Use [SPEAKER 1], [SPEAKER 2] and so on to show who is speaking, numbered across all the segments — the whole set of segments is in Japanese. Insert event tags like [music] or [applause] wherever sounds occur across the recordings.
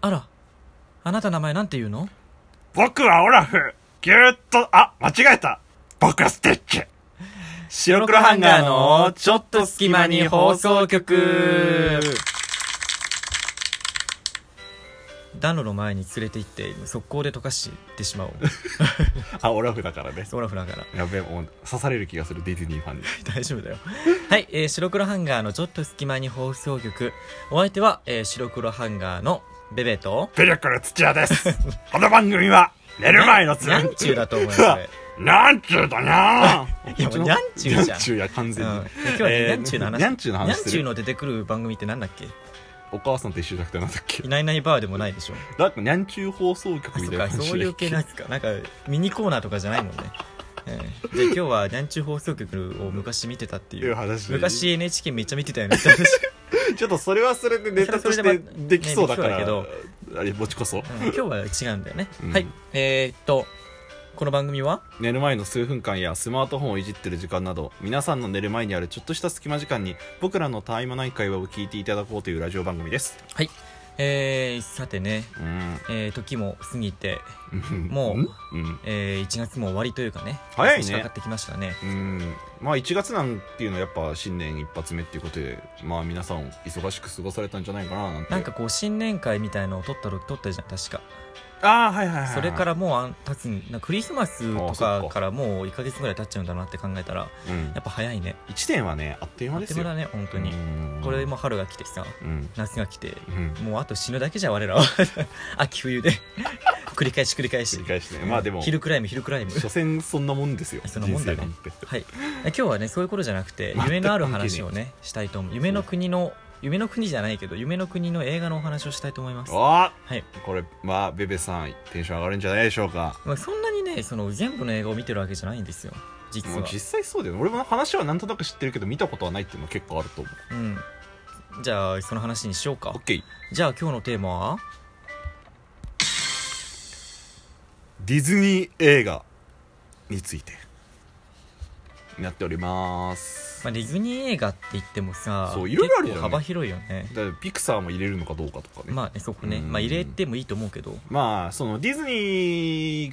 [SPEAKER 1] あら、あなた名前なんて言うの
[SPEAKER 2] 僕はオラフぎゅーっと、あ、間違えた僕はステッチ白黒ハンガーのちょっと隙間に放送局
[SPEAKER 1] 暖炉の前に連れて行って、速攻で溶かしてしまお
[SPEAKER 2] [laughs]
[SPEAKER 1] う。
[SPEAKER 2] あ、オラフだからね。
[SPEAKER 1] オラフだから。
[SPEAKER 2] やべえ、もう刺される気がするディズニーファンに。
[SPEAKER 1] 大丈夫だよ。はい、えー白黒ハンガーのちょっと隙間に放送局。お相手は、えー白黒ハンガーのベベと、
[SPEAKER 2] ペリャクル土
[SPEAKER 1] [laughs]
[SPEAKER 2] 屋です。この番組は、寝る前のつ
[SPEAKER 1] なんちゅうだと思いますね。
[SPEAKER 2] [laughs] なんちゅうだなぁ
[SPEAKER 1] いやもうにゃんちゅうじゃん
[SPEAKER 2] にゃんちゅうや、完
[SPEAKER 1] うん
[SPEAKER 2] 全に。
[SPEAKER 1] 今日はねにゃんちゅうの話。
[SPEAKER 2] にゃんちゅうの話
[SPEAKER 1] にゃん
[SPEAKER 2] す
[SPEAKER 1] ちゅう
[SPEAKER 2] る。
[SPEAKER 1] の出てくる番組ってなんだっけ
[SPEAKER 2] お母さんと一緒じゃなくてなんだっけ
[SPEAKER 1] いないいないバーでもないでしょ。
[SPEAKER 2] だってにゃんちゅう放送
[SPEAKER 1] あ
[SPEAKER 2] 局
[SPEAKER 1] そ
[SPEAKER 2] み
[SPEAKER 1] った
[SPEAKER 2] いな
[SPEAKER 1] か、
[SPEAKER 2] 感じ
[SPEAKER 1] そういう系なんですか。なんか、ミニコーナーとかじゃないもんね。えーじゃあ今日はにゃんちゅう放送局を昔見てたってい
[SPEAKER 2] いう
[SPEAKER 1] う。
[SPEAKER 2] 話
[SPEAKER 1] 昔 NHK めっちゃ見てたよねって
[SPEAKER 2] [laughs]
[SPEAKER 1] 話。
[SPEAKER 2] ちょっとそれはそれでネタとし
[SPEAKER 1] それ
[SPEAKER 2] て
[SPEAKER 1] はそれでま
[SPEAKER 2] できそうだか
[SPEAKER 1] ね
[SPEAKER 2] ら、
[SPEAKER 1] できそう
[SPEAKER 2] あれ持ちこそ、
[SPEAKER 1] うん今日は違うんだよね。
[SPEAKER 2] うん
[SPEAKER 1] はい。えー、っと、この番組は
[SPEAKER 2] 寝る前の数分間やスマートフォンをいじってる時間など皆さんの寝る前にあるちょっとした隙間時間に僕らのたわいもない会話を聞いていただこうというラジオ番組です
[SPEAKER 1] はい。えー、さてね、
[SPEAKER 2] うん
[SPEAKER 1] えー時も過ぎて、もう
[SPEAKER 2] うん、
[SPEAKER 1] えー1月も終わりというかね、
[SPEAKER 2] 早い
[SPEAKER 1] 差
[SPEAKER 2] ね
[SPEAKER 1] し掛かってきましたね。
[SPEAKER 2] うん、まあ1月なんていうのはやっぱ新年一発目っていうことでまあ皆さん忙しく過ごされたんじゃないかななんて
[SPEAKER 1] なんかこう、新年会みたいのを撮ったろ、撮ったじゃん、確か。
[SPEAKER 2] ああはいはいはい、、
[SPEAKER 1] それかららもうあん、経つん、なんかクリスマスと
[SPEAKER 2] あそ
[SPEAKER 1] か
[SPEAKER 2] っか
[SPEAKER 1] からもう1ヶ月ぐらい経っちゃうんだなって考えたら、
[SPEAKER 2] うん
[SPEAKER 1] や、っぱ早いね。
[SPEAKER 2] 1年はねあっという
[SPEAKER 1] あ
[SPEAKER 2] 間
[SPEAKER 1] っ
[SPEAKER 2] で
[SPEAKER 1] とい
[SPEAKER 2] す
[SPEAKER 1] う間
[SPEAKER 2] よ
[SPEAKER 1] だね、本当に。
[SPEAKER 2] うん
[SPEAKER 1] これも春が来てさ、
[SPEAKER 2] うん
[SPEAKER 1] 夏が来て、
[SPEAKER 2] うん
[SPEAKER 1] もうあと死ぬだけじゃん我らは。 [laughs] 秋冬で。繰り返し繰り返し
[SPEAKER 2] 繰り。返してねまあでも
[SPEAKER 1] 昼クライム、昼クライム。
[SPEAKER 2] 所詮そんなもんですよ
[SPEAKER 1] [laughs] そんなもんだね
[SPEAKER 2] 人生なんて
[SPEAKER 1] はい、今日はねそういうことじゃなくて
[SPEAKER 2] 全く
[SPEAKER 1] 夢のある話をねしたいと思う夢の国の夢の国じゃないけど夢の国の映画のお話をしたいと思いますは
[SPEAKER 2] あ
[SPEAKER 1] い、
[SPEAKER 2] ーこれまあベベさんテンション上がるんじゃないでしょうか
[SPEAKER 1] まあ、そんなにねその全部の映画を見てるわけじゃないんですよ実
[SPEAKER 2] もう
[SPEAKER 1] は
[SPEAKER 2] 実際そうだよね俺も話はなんとなく知ってるけど見たことはないっていうのは結構あると思う
[SPEAKER 1] うんじゃあその話にしようか
[SPEAKER 2] OK
[SPEAKER 1] じゃあ今日のテーマは
[SPEAKER 2] ディズニー映画についてなっております
[SPEAKER 1] まあ、ディズニー映画って言ってもさ
[SPEAKER 2] そういろいろあるよね
[SPEAKER 1] 結構幅広いよね
[SPEAKER 2] だからピクサーも入れるのかどうかとかね
[SPEAKER 1] まあねそこね、
[SPEAKER 2] うん
[SPEAKER 1] まあ、入れてもいいと思うけど
[SPEAKER 2] まあそのディズニ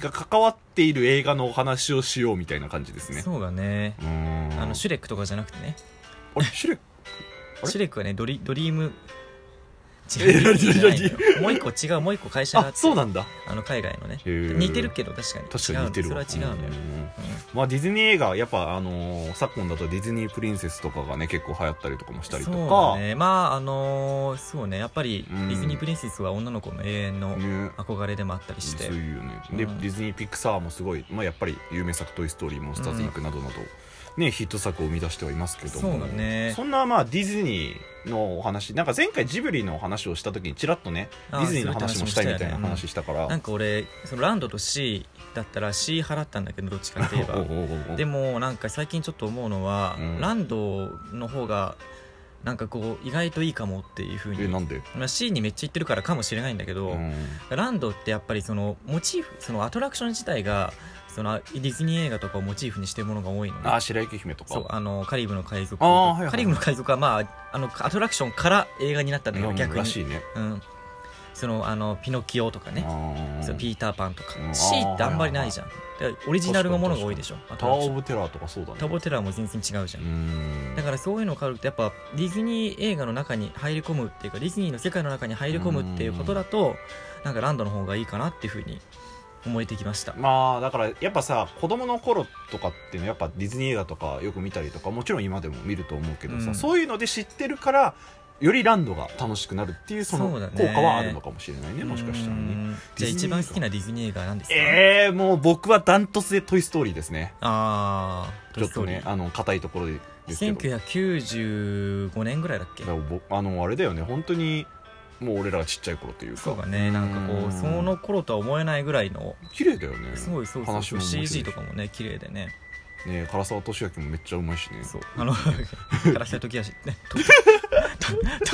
[SPEAKER 2] ーが関わっている映画のお話をしようみたいな感じですね
[SPEAKER 1] そうだね
[SPEAKER 2] うーん
[SPEAKER 1] あのシュレックとかじゃなくてね
[SPEAKER 2] あれシュレあれ
[SPEAKER 1] シュレックはねドリドリーム違
[SPEAKER 2] え
[SPEAKER 1] う
[SPEAKER 2] 何何何
[SPEAKER 1] 違うもう一個違うもう一個会社があ
[SPEAKER 2] あ
[SPEAKER 1] って
[SPEAKER 2] そうなんだ
[SPEAKER 1] あの海外のね
[SPEAKER 2] へー
[SPEAKER 1] 似てるけど確かに
[SPEAKER 2] 確かに似てる
[SPEAKER 1] 違
[SPEAKER 2] わ
[SPEAKER 1] うのそれは違うのよ、
[SPEAKER 2] うんまあディズニー映画やっぱあのー昨今だとディズニープリンセスとかがね結構流行ったりとかもしたりと
[SPEAKER 1] そう
[SPEAKER 2] か
[SPEAKER 1] だねまああのーそうねやっぱりディズニープリンセスは女の子の永遠の
[SPEAKER 2] ね
[SPEAKER 1] 憧れでもあったりし
[SPEAKER 2] そう
[SPEAKER 1] て、
[SPEAKER 2] いうよねで、
[SPEAKER 1] うん
[SPEAKER 2] ディズニーピクサーもすごい、まあ、やっぱり有名作「トイ・ストーリー」「モンスターズ・インク」などなど、ね、ヒット作を生み出してはいますけども
[SPEAKER 1] そうだね
[SPEAKER 2] そんなまあディズニーのお話なんか前回ジブリのお話をした時にちらっとねデ
[SPEAKER 1] あー
[SPEAKER 2] ィズニーの話もしたいみたい
[SPEAKER 1] そういう
[SPEAKER 2] な
[SPEAKER 1] 話も
[SPEAKER 2] 話したから、
[SPEAKER 1] なんか俺そのランドと C だったら C 払ったんだけどどっちか
[SPEAKER 2] [laughs]
[SPEAKER 1] って言えばで
[SPEAKER 2] も
[SPEAKER 1] もなんか最近ちょっと思うのは、
[SPEAKER 2] うん
[SPEAKER 1] ランドの方がなんかこう意外といいかもっていうふう
[SPEAKER 2] え
[SPEAKER 1] に
[SPEAKER 2] なんで、
[SPEAKER 1] まあ、C にめっちゃ行ってるからかもしれないんだけど、
[SPEAKER 2] うん
[SPEAKER 1] ランドってやっぱりそのモチーフそのアトラクション自体がそのディズニー映画とかをモチーフにしてるものが多いの
[SPEAKER 2] あ
[SPEAKER 1] ね
[SPEAKER 2] ー白雪姫とか
[SPEAKER 1] そうあのカリブの海賊
[SPEAKER 2] あーはいはいはい
[SPEAKER 1] カリブの海賊はまああのアトラクションから映画になったんだ
[SPEAKER 2] いや
[SPEAKER 1] よ
[SPEAKER 2] もう
[SPEAKER 1] 逆
[SPEAKER 2] ら
[SPEAKER 1] に、
[SPEAKER 2] しいね
[SPEAKER 1] うん、そのあのピノキオとかね
[SPEAKER 2] あー
[SPEAKER 1] そうピーター・パンとか、
[SPEAKER 2] うん
[SPEAKER 1] C ってあんまりないじゃんだからオリジナルのものが多いでしょア
[SPEAKER 2] タ
[SPEAKER 1] ト
[SPEAKER 2] ワ
[SPEAKER 1] ラ
[SPEAKER 2] ー・
[SPEAKER 1] クシ
[SPEAKER 2] オ
[SPEAKER 1] ョン
[SPEAKER 2] ブ・テラーとかそうだね
[SPEAKER 1] タボテラーも全然違うじゃん、
[SPEAKER 2] うん
[SPEAKER 1] だからそういうのを買うとやっぱディズニー映画の中に入り込むっていうかディズニーの世界の中に入り込むっていうことだとなんかランドの方がいいかなっていうふうに思えてきました
[SPEAKER 2] まあだからやっぱさ子供の頃とかっていうのはやっぱディズニー映画とかよく見たりとかもちろん今でも見ると思うけどさ、
[SPEAKER 1] うん
[SPEAKER 2] そういうので知ってるからよりランドが楽しくなるっていうその
[SPEAKER 1] そうだね
[SPEAKER 2] 効果はあるのかもしれないねもしかしたら
[SPEAKER 1] う
[SPEAKER 2] ね
[SPEAKER 1] んじゃあ
[SPEAKER 2] ディズ
[SPEAKER 1] 一
[SPEAKER 2] ニー映画
[SPEAKER 1] 番好きなディズニー映画は何ですか、
[SPEAKER 2] ええー、もう僕はダントツで「トイ・ストーリー」ですね
[SPEAKER 1] ああ
[SPEAKER 2] ちょっとねあの硬いところでですけど
[SPEAKER 1] 1995年ぐらいだっけ
[SPEAKER 2] だからぼあのあれだよね本当にもう俺らがちっちゃい頃っていうか
[SPEAKER 1] そうだねなんかこ
[SPEAKER 2] う
[SPEAKER 1] うんその頃とは思えないぐらいの
[SPEAKER 2] 綺麗だよね
[SPEAKER 1] すごいそうそう
[SPEAKER 2] 話
[SPEAKER 1] そう
[SPEAKER 2] も面白いし
[SPEAKER 1] CG とかもね綺麗でね
[SPEAKER 2] [laughs] ね唐沢寿明もめっちゃうまいしね
[SPEAKER 1] そうあの唐沢時矢ねと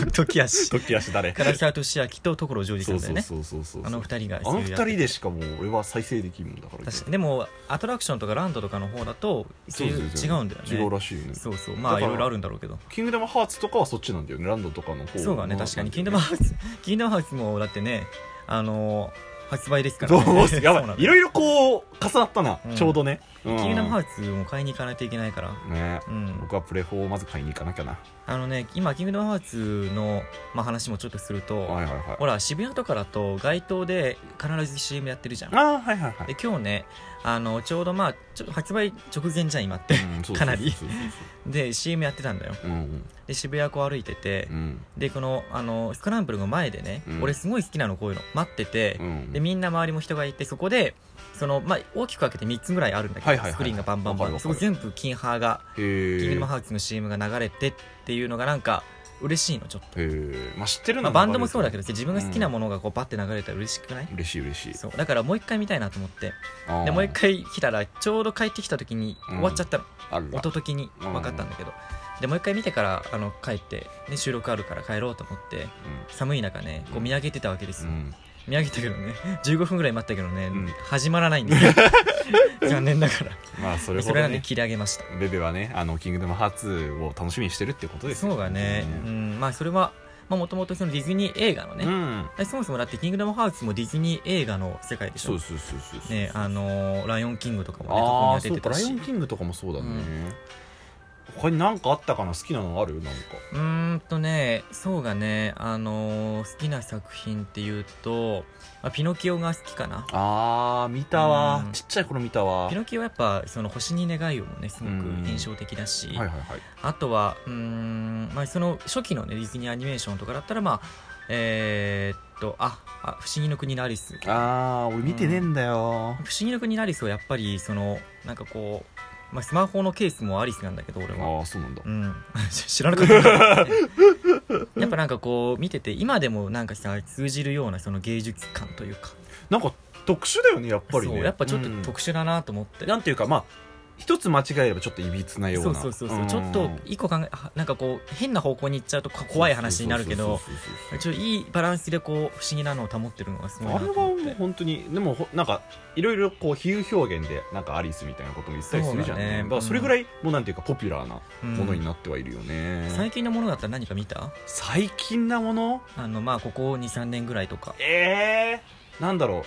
[SPEAKER 1] と時足
[SPEAKER 2] 時足誰
[SPEAKER 1] 唐沢俊明と所ジョージさ
[SPEAKER 2] そ
[SPEAKER 1] ん
[SPEAKER 2] う
[SPEAKER 1] だ
[SPEAKER 2] そ
[SPEAKER 1] よね
[SPEAKER 2] うそうそうそう
[SPEAKER 1] あの二人が
[SPEAKER 2] あの二人
[SPEAKER 1] で
[SPEAKER 2] でしかもう俺は再生できるんだから
[SPEAKER 1] 確かにでもアトラクションとかランドとかの方だとそういう違うんだよね
[SPEAKER 2] 違うらしいよね
[SPEAKER 1] そうそうま
[SPEAKER 2] だ
[SPEAKER 1] あい
[SPEAKER 2] から
[SPEAKER 1] ろいろあるんだろうけど
[SPEAKER 2] キングダムハーツとかはそっちなんだよねランドとかの方
[SPEAKER 1] そうだね確かにキングダム
[SPEAKER 2] ム
[SPEAKER 1] ハウスキングダムハウスもだってねあの発売ですから、ね、
[SPEAKER 2] どうす
[SPEAKER 1] [laughs] そうな
[SPEAKER 2] やば
[SPEAKER 1] ん
[SPEAKER 2] い
[SPEAKER 1] だ
[SPEAKER 2] いろいろこう重なったな、
[SPEAKER 1] うん
[SPEAKER 2] ちょうどねキ
[SPEAKER 1] キングダムハ
[SPEAKER 2] ー
[SPEAKER 1] ウスも買いに行かないといけないから
[SPEAKER 2] ツね
[SPEAKER 1] うん
[SPEAKER 2] 僕はプレフォーをまず買いに行かなきゃな
[SPEAKER 1] あのね今キングダムハウスの、まあ、話もちょっとすると、
[SPEAKER 2] はいはいはい
[SPEAKER 1] ほら渋谷とかだと街頭で必ず CM やってるじゃん
[SPEAKER 2] ああはいはいはい
[SPEAKER 1] で今日ねあのちょうどまあちょ発売直前じゃん今って [laughs]
[SPEAKER 2] うんそうそうそうそう
[SPEAKER 1] かなりで CM やってたんだよ
[SPEAKER 2] うんうん
[SPEAKER 1] で渋谷こう歩いてて、
[SPEAKER 2] うん
[SPEAKER 1] でこのあのスクランブルの前でね、
[SPEAKER 2] うん
[SPEAKER 1] 俺すごい好きなのこういうの待ってて、
[SPEAKER 2] うん
[SPEAKER 1] でみんな周りも人がいてそこでその、まあ、大きく分けて3つぐらいあるんだけど、
[SPEAKER 2] はいはいはい
[SPEAKER 1] スクリーンがバンバンバ
[SPEAKER 2] わかる
[SPEAKER 1] ン
[SPEAKER 2] わか
[SPEAKER 1] そ
[SPEAKER 2] る
[SPEAKER 1] こ全部キンハーが
[SPEAKER 2] へえ
[SPEAKER 1] キングダムハウスの CM が流れてっていうのがなんか嬉しいのちょっと、
[SPEAKER 2] へえまあ知ってる
[SPEAKER 1] まあ、
[SPEAKER 2] の
[SPEAKER 1] バンドもそうだけ
[SPEAKER 2] ど
[SPEAKER 1] ど自分が好きなものがこうバッて流れたら嬉しくない、
[SPEAKER 2] 嬉しい嬉しい
[SPEAKER 1] そうだからもう一回見たいなと思って
[SPEAKER 2] あー
[SPEAKER 1] でもう一回来たらちょうど帰ってきた時に終わっちゃったの、
[SPEAKER 2] ある
[SPEAKER 1] 一昨日に
[SPEAKER 2] うん
[SPEAKER 1] 分かったんだけど、でもう一回見てからあの帰って、ね、収録あるから帰ろうと思って寒い中ねこう見上げてたわけです
[SPEAKER 2] う
[SPEAKER 1] よ、
[SPEAKER 2] ん
[SPEAKER 1] 見上げたけどね15分ぐらい [laughs] 待ったけどね、
[SPEAKER 2] うん
[SPEAKER 1] 始まらないん
[SPEAKER 2] [laughs]
[SPEAKER 1] ですよ残念ながら
[SPEAKER 2] まあそ
[SPEAKER 1] そ,、
[SPEAKER 2] れほ
[SPEAKER 1] れな
[SPEAKER 2] ど
[SPEAKER 1] んで
[SPEAKER 2] ね
[SPEAKER 1] 切り上げました
[SPEAKER 2] ベベはねあのキングダムハーツを楽しみにしてるってことですよ
[SPEAKER 1] そうだね、うん、まあそれはもともとそのディズニー映画の
[SPEAKER 2] う
[SPEAKER 1] ね、
[SPEAKER 2] ん
[SPEAKER 1] そもそもだって「キングダムハウス」もディズニー映画の世界でし
[SPEAKER 2] そ
[SPEAKER 1] ょ
[SPEAKER 2] うそうそうそうそう
[SPEAKER 1] ねあのーライオンキング」とかもね
[SPEAKER 2] ああ
[SPEAKER 1] そ
[SPEAKER 2] そ
[SPEAKER 1] こに
[SPEAKER 2] う
[SPEAKER 1] 当ててた
[SPEAKER 2] か「ライオ
[SPEAKER 1] し
[SPEAKER 2] ンキング」とかもそうだね、他に何かあったかな好きなのあるなんか
[SPEAKER 1] うーんとねそうがねあのー好きな作品っていうと、まあ、ピノキオが好きかな
[SPEAKER 2] あー見た
[SPEAKER 1] うん
[SPEAKER 2] ちっちゃい頃見たわ
[SPEAKER 1] ピノキオはやっぱその星に願いをもねすごく
[SPEAKER 2] うん
[SPEAKER 1] 印象的だし、
[SPEAKER 2] はいはいはい
[SPEAKER 1] あとはうーん、まあ、その初期のねディズニーアニメーションとかだったらまあえーっとああ不思議の国のアリス
[SPEAKER 2] あー俺見てねえんだよ
[SPEAKER 1] 不思議の国のアリスはやっぱりそのなんかこう、まあ、スマホのケースもアリスなんだけど俺は
[SPEAKER 2] ああそうなんだ
[SPEAKER 1] うん [laughs] 知らなかったやっぱなんかこう見てて今でもなんかさ通じるようなその芸術感というか
[SPEAKER 2] なんか特殊だよねやっぱり
[SPEAKER 1] そ
[SPEAKER 2] ね
[SPEAKER 1] うやっぱちょっと
[SPEAKER 2] うん
[SPEAKER 1] 特殊だなと思って、
[SPEAKER 2] なんていうかまあ一つ間違えればちょっといびつなよう
[SPEAKER 1] そう
[SPEAKER 2] な
[SPEAKER 1] そうそうそう、
[SPEAKER 2] ん
[SPEAKER 1] ちょっと一個考えあなんかこう変な方向に行っちゃうとこ怖い話になるけど
[SPEAKER 2] そうそうそうそうそう
[SPEAKER 1] ちょいいバランスでこう不思議なのを保ってるのがすごい
[SPEAKER 2] あ
[SPEAKER 1] な
[SPEAKER 2] れ
[SPEAKER 1] と
[SPEAKER 2] は
[SPEAKER 1] 思
[SPEAKER 2] も
[SPEAKER 1] っ
[SPEAKER 2] う
[SPEAKER 1] て
[SPEAKER 2] 本当にでもほなんかいろいろこう比喩表現でなんかアリスみたいなことも言ったりするじゃん
[SPEAKER 1] そうだね
[SPEAKER 2] だからそれぐらいもうなんていうかポピュラーな
[SPEAKER 1] うん
[SPEAKER 2] ものになってはいるよね、
[SPEAKER 1] 最近のものだったら何か見た
[SPEAKER 2] 最近なもの
[SPEAKER 1] あのまあここ23年ぐらいとか
[SPEAKER 2] ええなんだろう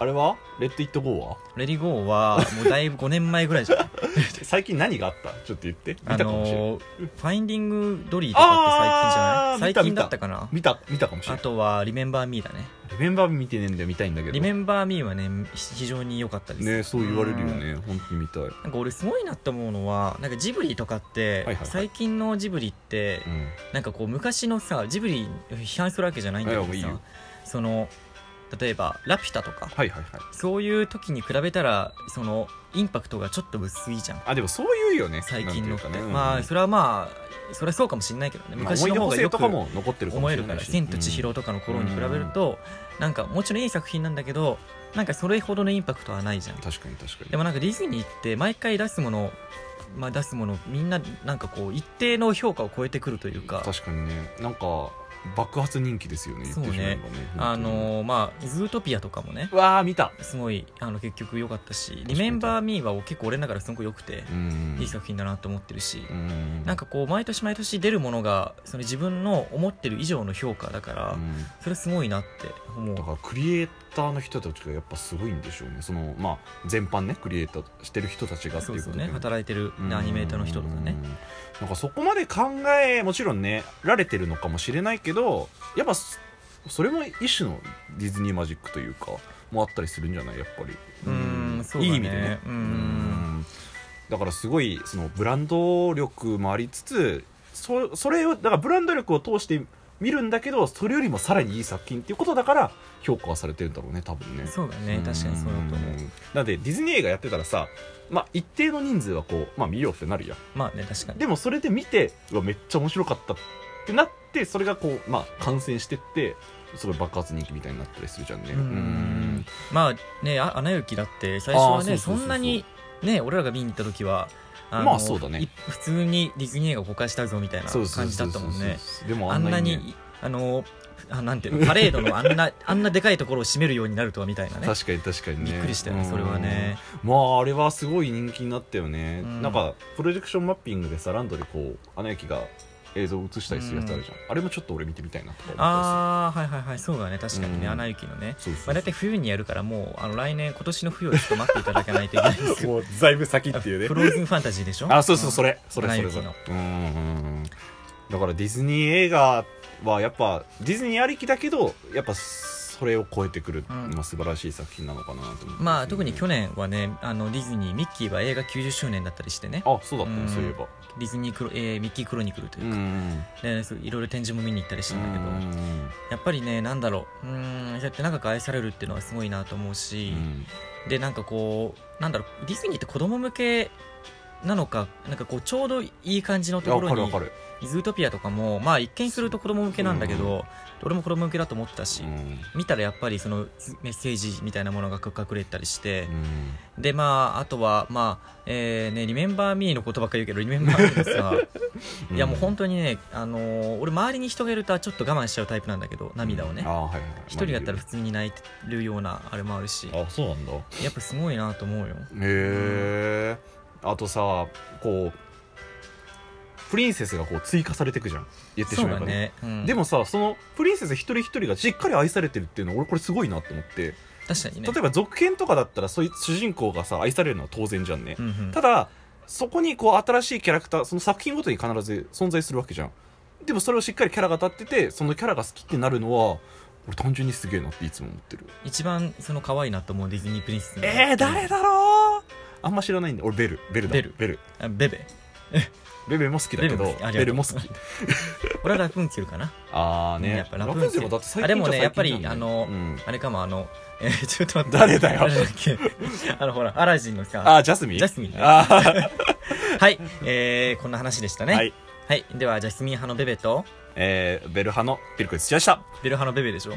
[SPEAKER 2] あれはレッド・イット・ゴー [laughs] は
[SPEAKER 1] 「レディゴー」はもうだいぶ5年前ぐらいじゃん
[SPEAKER 2] 最近何があったちょっと言 [laughs] って見た
[SPEAKER 1] あ
[SPEAKER 2] かもしれない、
[SPEAKER 1] のーファインディング・ドリー」とかって最近じゃない
[SPEAKER 2] あー見た
[SPEAKER 1] 最近だったかな
[SPEAKER 2] 見た見たかもしれ
[SPEAKER 1] あ
[SPEAKER 2] ない
[SPEAKER 1] とは「リメンバー・ミー」だね
[SPEAKER 2] リメンバー見てねえんだよ見たいんだ
[SPEAKER 1] 「
[SPEAKER 2] けど
[SPEAKER 1] リメンバー・ミー」はね非常に良かったです
[SPEAKER 2] ねそう言われるよ
[SPEAKER 1] うん
[SPEAKER 2] ね本当に見たい、うん、
[SPEAKER 1] なんか俺すごいなって思うのはなんかジブリとかって、
[SPEAKER 2] はいはいはい
[SPEAKER 1] 最近のジブリって、なんかこう昔のさジブリ批判するわけじゃないんだけどさ
[SPEAKER 2] いやもういいよ
[SPEAKER 1] その例えば「ラピュタ」とか
[SPEAKER 2] はいはいはい
[SPEAKER 1] そういう時に比べたらそのインパクトがちょっと薄いじゃん
[SPEAKER 2] あでもそういうよね
[SPEAKER 1] 最近のって
[SPEAKER 2] なんいうかね
[SPEAKER 1] まあ
[SPEAKER 2] うん
[SPEAKER 1] それはまあそれはそうかもしれないけどね
[SPEAKER 2] まあ
[SPEAKER 1] 昔の方
[SPEAKER 2] 思
[SPEAKER 1] が
[SPEAKER 2] い出補正
[SPEAKER 1] よ
[SPEAKER 2] と
[SPEAKER 1] く
[SPEAKER 2] かも残ってるかも
[SPEAKER 1] 思
[SPEAKER 2] し
[SPEAKER 1] え
[SPEAKER 2] れ
[SPEAKER 1] るか
[SPEAKER 2] ない
[SPEAKER 1] ら「
[SPEAKER 2] し
[SPEAKER 1] 千と千
[SPEAKER 2] うん
[SPEAKER 1] 尋」とかの頃に比べるとなんかもちろんいい作品なんだけどなんかそれほどのインパクトはないじゃん
[SPEAKER 2] 確かに確かに
[SPEAKER 1] でもなんかディズニーって毎回出すものまあ出すものみんななんかこう一定の評価を超えてくるというか
[SPEAKER 2] 確かにねなんか爆発人気ですよね言ってしまえば
[SPEAKER 1] あ
[SPEAKER 2] 本当に
[SPEAKER 1] のーまあズートピアとかもね
[SPEAKER 2] うわー見た
[SPEAKER 1] すごいあの結局良かったし「
[SPEAKER 2] か
[SPEAKER 1] リ
[SPEAKER 2] に
[SPEAKER 1] メンバー・ミー」は結構俺の中ですごく良くて
[SPEAKER 2] うん
[SPEAKER 1] いい作品だなと思ってるし
[SPEAKER 2] うん
[SPEAKER 1] なんかこう毎年毎年出るものがその自分の思ってる以上の評価だから
[SPEAKER 2] うん
[SPEAKER 1] それすごいなって思う
[SPEAKER 2] だからクリエイターの人たちがやっぱすごいんでしょうねそのまあ全般ねクリエイターしてる人たちがって
[SPEAKER 1] そ
[SPEAKER 2] いうう
[SPEAKER 1] そ
[SPEAKER 2] こ
[SPEAKER 1] う
[SPEAKER 2] と
[SPEAKER 1] ね
[SPEAKER 2] で
[SPEAKER 1] 働いてるねアニメーターの人とかね
[SPEAKER 2] うんなんかそこまで考えもちろんねられてるのかもしれないけどやっぱそそれも一種のディズニーマジックというかもあったりするんじゃないやっぱり
[SPEAKER 1] うんそうだね
[SPEAKER 2] いい意味でね
[SPEAKER 1] うん
[SPEAKER 2] うんだからすごいそのブランド力もありつつそそれをだからブランド力を通して見るんだけどそれよりもさらにいい作品っていうことだから評価はされてるんだろうね多分ね
[SPEAKER 1] そうだね確かにそうだと思うん
[SPEAKER 2] なんでディズニー映画やってたらさまあ一定の人数はこうまあ見ようってなるやん
[SPEAKER 1] まあね確かに
[SPEAKER 2] でもそれで見てうわめっちゃ面白かったってなってそれがこうまあ感染してってすごい爆発人気みたいになったりするじゃんね
[SPEAKER 1] うん
[SPEAKER 2] うん
[SPEAKER 1] まあねあ「アナ雪」だって最初は
[SPEAKER 2] あ
[SPEAKER 1] ね
[SPEAKER 2] ーそうそうそうそう
[SPEAKER 1] そんなにね俺らが見に行った時はの
[SPEAKER 2] まあそうだね
[SPEAKER 1] い普通にディズニー映画公開したぞみたいな
[SPEAKER 2] そうそう
[SPEAKER 1] 感じだ
[SPEAKER 2] そう
[SPEAKER 1] っ
[SPEAKER 2] そ
[SPEAKER 1] た
[SPEAKER 2] う
[SPEAKER 1] もんね
[SPEAKER 2] でも
[SPEAKER 1] あ
[SPEAKER 2] あ
[SPEAKER 1] ん
[SPEAKER 2] ん
[SPEAKER 1] な
[SPEAKER 2] な
[SPEAKER 1] に
[SPEAKER 2] に,、
[SPEAKER 1] あのあなんていうのパレードのあん
[SPEAKER 2] [laughs]
[SPEAKER 1] なあんなでかいところを占めるようになるとはみたいなね
[SPEAKER 2] 確かに確かにね
[SPEAKER 1] びっくりしたよねそれはね
[SPEAKER 2] うんまああれはすごい人気になったよね、
[SPEAKER 1] うん
[SPEAKER 2] なんかプロジェクションマッピングでさランドでこうアナ雪が映像を映したりするやつあるじゃん、あれもちょっと俺見てみたいなとか思った
[SPEAKER 1] ああはいはいはいそうだね確かにね、
[SPEAKER 2] うん
[SPEAKER 1] アナ雪のね
[SPEAKER 2] りするそう
[SPEAKER 1] まあ、大
[SPEAKER 2] そう
[SPEAKER 1] 体冬にやるからもうあの来年今年の冬をちょっと待っていただかないといけないんです
[SPEAKER 2] そう
[SPEAKER 1] よ
[SPEAKER 2] [laughs] もうだいぶ先っていうね
[SPEAKER 1] フローズンファンタジーでしょ
[SPEAKER 2] あそうそうそ
[SPEAKER 1] れ、
[SPEAKER 2] れそれ
[SPEAKER 1] アナ
[SPEAKER 2] それ
[SPEAKER 1] 雪
[SPEAKER 2] それ
[SPEAKER 1] の
[SPEAKER 2] うんうんうんだからディズニー映画はやっぱディズニーありきだけどやっぱそれを超えてくる、
[SPEAKER 1] うん
[SPEAKER 2] まあ、素晴らしい作品なのかなと思ってすね、
[SPEAKER 1] まあ特に去年はねあのディズニーミッキーは映画90周年だったりしてね
[SPEAKER 2] あそうだったね、
[SPEAKER 1] うん
[SPEAKER 2] そういえば
[SPEAKER 1] ディズニークロ、えーミッキークロニクルと
[SPEAKER 2] う
[SPEAKER 1] い
[SPEAKER 2] ん
[SPEAKER 1] う
[SPEAKER 2] う
[SPEAKER 1] か、
[SPEAKER 2] ん
[SPEAKER 1] でそういろいろ展示も見に行ったりしたんだけど、
[SPEAKER 2] うん
[SPEAKER 1] やっぱりねなんだろううーんそうやって長く愛されるっていうのはすごいなと思うし、でなんかこうなんだろうディズニーって子供向けなのかなんかこうちょうどいい感じの
[SPEAKER 2] う
[SPEAKER 1] と
[SPEAKER 2] ん、
[SPEAKER 1] こ
[SPEAKER 2] わ
[SPEAKER 1] ろ
[SPEAKER 2] かるわ
[SPEAKER 1] に
[SPEAKER 2] かる、
[SPEAKER 1] イズートピアとかもまあ一見すると子供向けなんだけど、俺も子供向けだと思ってたし、
[SPEAKER 2] うん
[SPEAKER 1] 見たらやっぱりそのメッセージみたいなものが隠れてたりして
[SPEAKER 2] う、ん
[SPEAKER 1] でまああとはまあえーねリメンバーミーのことばっかり言うけどリメンバーミーのさ
[SPEAKER 2] [laughs]
[SPEAKER 1] いやもう本当にねあのー俺周りに人がいるとちょっと我慢しちゃうタイプなんだけど涙をね
[SPEAKER 2] あーはいはい
[SPEAKER 1] 一人だったら普通に泣いてるようなあれもあるし
[SPEAKER 2] あそうなんだへ
[SPEAKER 1] やっぱすごいなと思うよ
[SPEAKER 2] えあとさこうプリンセスがこう追加されてくじゃん言ってし
[SPEAKER 1] そう
[SPEAKER 2] まえ
[SPEAKER 1] だ
[SPEAKER 2] ばね
[SPEAKER 1] ね、うん、
[SPEAKER 2] でもさそのプリンセス一人一人がしっかり愛されてるっていうのは俺これすごいなと思って
[SPEAKER 1] 確かにね
[SPEAKER 2] 例えば続編とかだったらそういう主人公がさ愛されるのは当然じゃんね、
[SPEAKER 1] うんうん
[SPEAKER 2] ただそこにこう新しいキャラクターその作品ごとに必ず存在するわけじゃんでもそれをしっかりキャラが立っててそのキャラが好きってなるのは俺単純にすげえなっていつも思ってる
[SPEAKER 1] 一番その可愛いなと思うディズニープリンセスの
[SPEAKER 2] えー、誰だろうあんま知らないんだ俺ベルベルだ
[SPEAKER 1] ベル
[SPEAKER 2] ベル
[SPEAKER 1] あベベ
[SPEAKER 2] ベルも好きだ
[SPEAKER 1] ベ
[SPEAKER 2] け
[SPEAKER 1] ルも
[SPEAKER 2] ど
[SPEAKER 1] 好きありがとう
[SPEAKER 2] ベル
[SPEAKER 1] [laughs]
[SPEAKER 2] も好き
[SPEAKER 1] 俺はラプンツェルかな
[SPEAKER 2] ああ
[SPEAKER 1] うん
[SPEAKER 2] ね
[SPEAKER 1] やっぱ
[SPEAKER 2] ラ
[SPEAKER 1] ラ
[SPEAKER 2] プ
[SPEAKER 1] プ
[SPEAKER 2] ン
[SPEAKER 1] ン
[SPEAKER 2] ツ
[SPEAKER 1] ツェ
[SPEAKER 2] ェ
[SPEAKER 1] ル
[SPEAKER 2] ルもだって最近
[SPEAKER 1] あでもね
[SPEAKER 2] じゃ最近
[SPEAKER 1] やっぱり
[SPEAKER 2] だ
[SPEAKER 1] あ
[SPEAKER 2] も
[SPEAKER 1] の
[SPEAKER 2] んねうん
[SPEAKER 1] あれかもあのえーちょっと待って
[SPEAKER 2] 誰だよ
[SPEAKER 1] 誰だっけ [laughs] あのほらアラジンのさ
[SPEAKER 2] あージャスミン
[SPEAKER 1] ジャスミンね
[SPEAKER 2] あー
[SPEAKER 1] はいえーこんな話でしたね
[SPEAKER 2] はい、
[SPEAKER 1] はいではジャスミン派のベベと
[SPEAKER 2] えー、ベル派のピルコですでした
[SPEAKER 1] ベル派のベベでしょ